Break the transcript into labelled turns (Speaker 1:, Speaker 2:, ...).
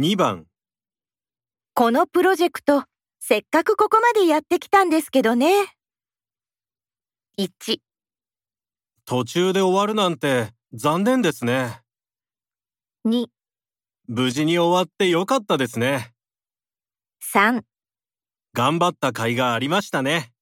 Speaker 1: 2番、
Speaker 2: このプロジェクト、せっかくここまでやってきたんですけどね。1、
Speaker 1: 途中で終わるなんて残念ですね。
Speaker 2: 2、
Speaker 1: 無事に終わってよかったですね。
Speaker 2: 3
Speaker 1: 頑張った甲斐がありましたね。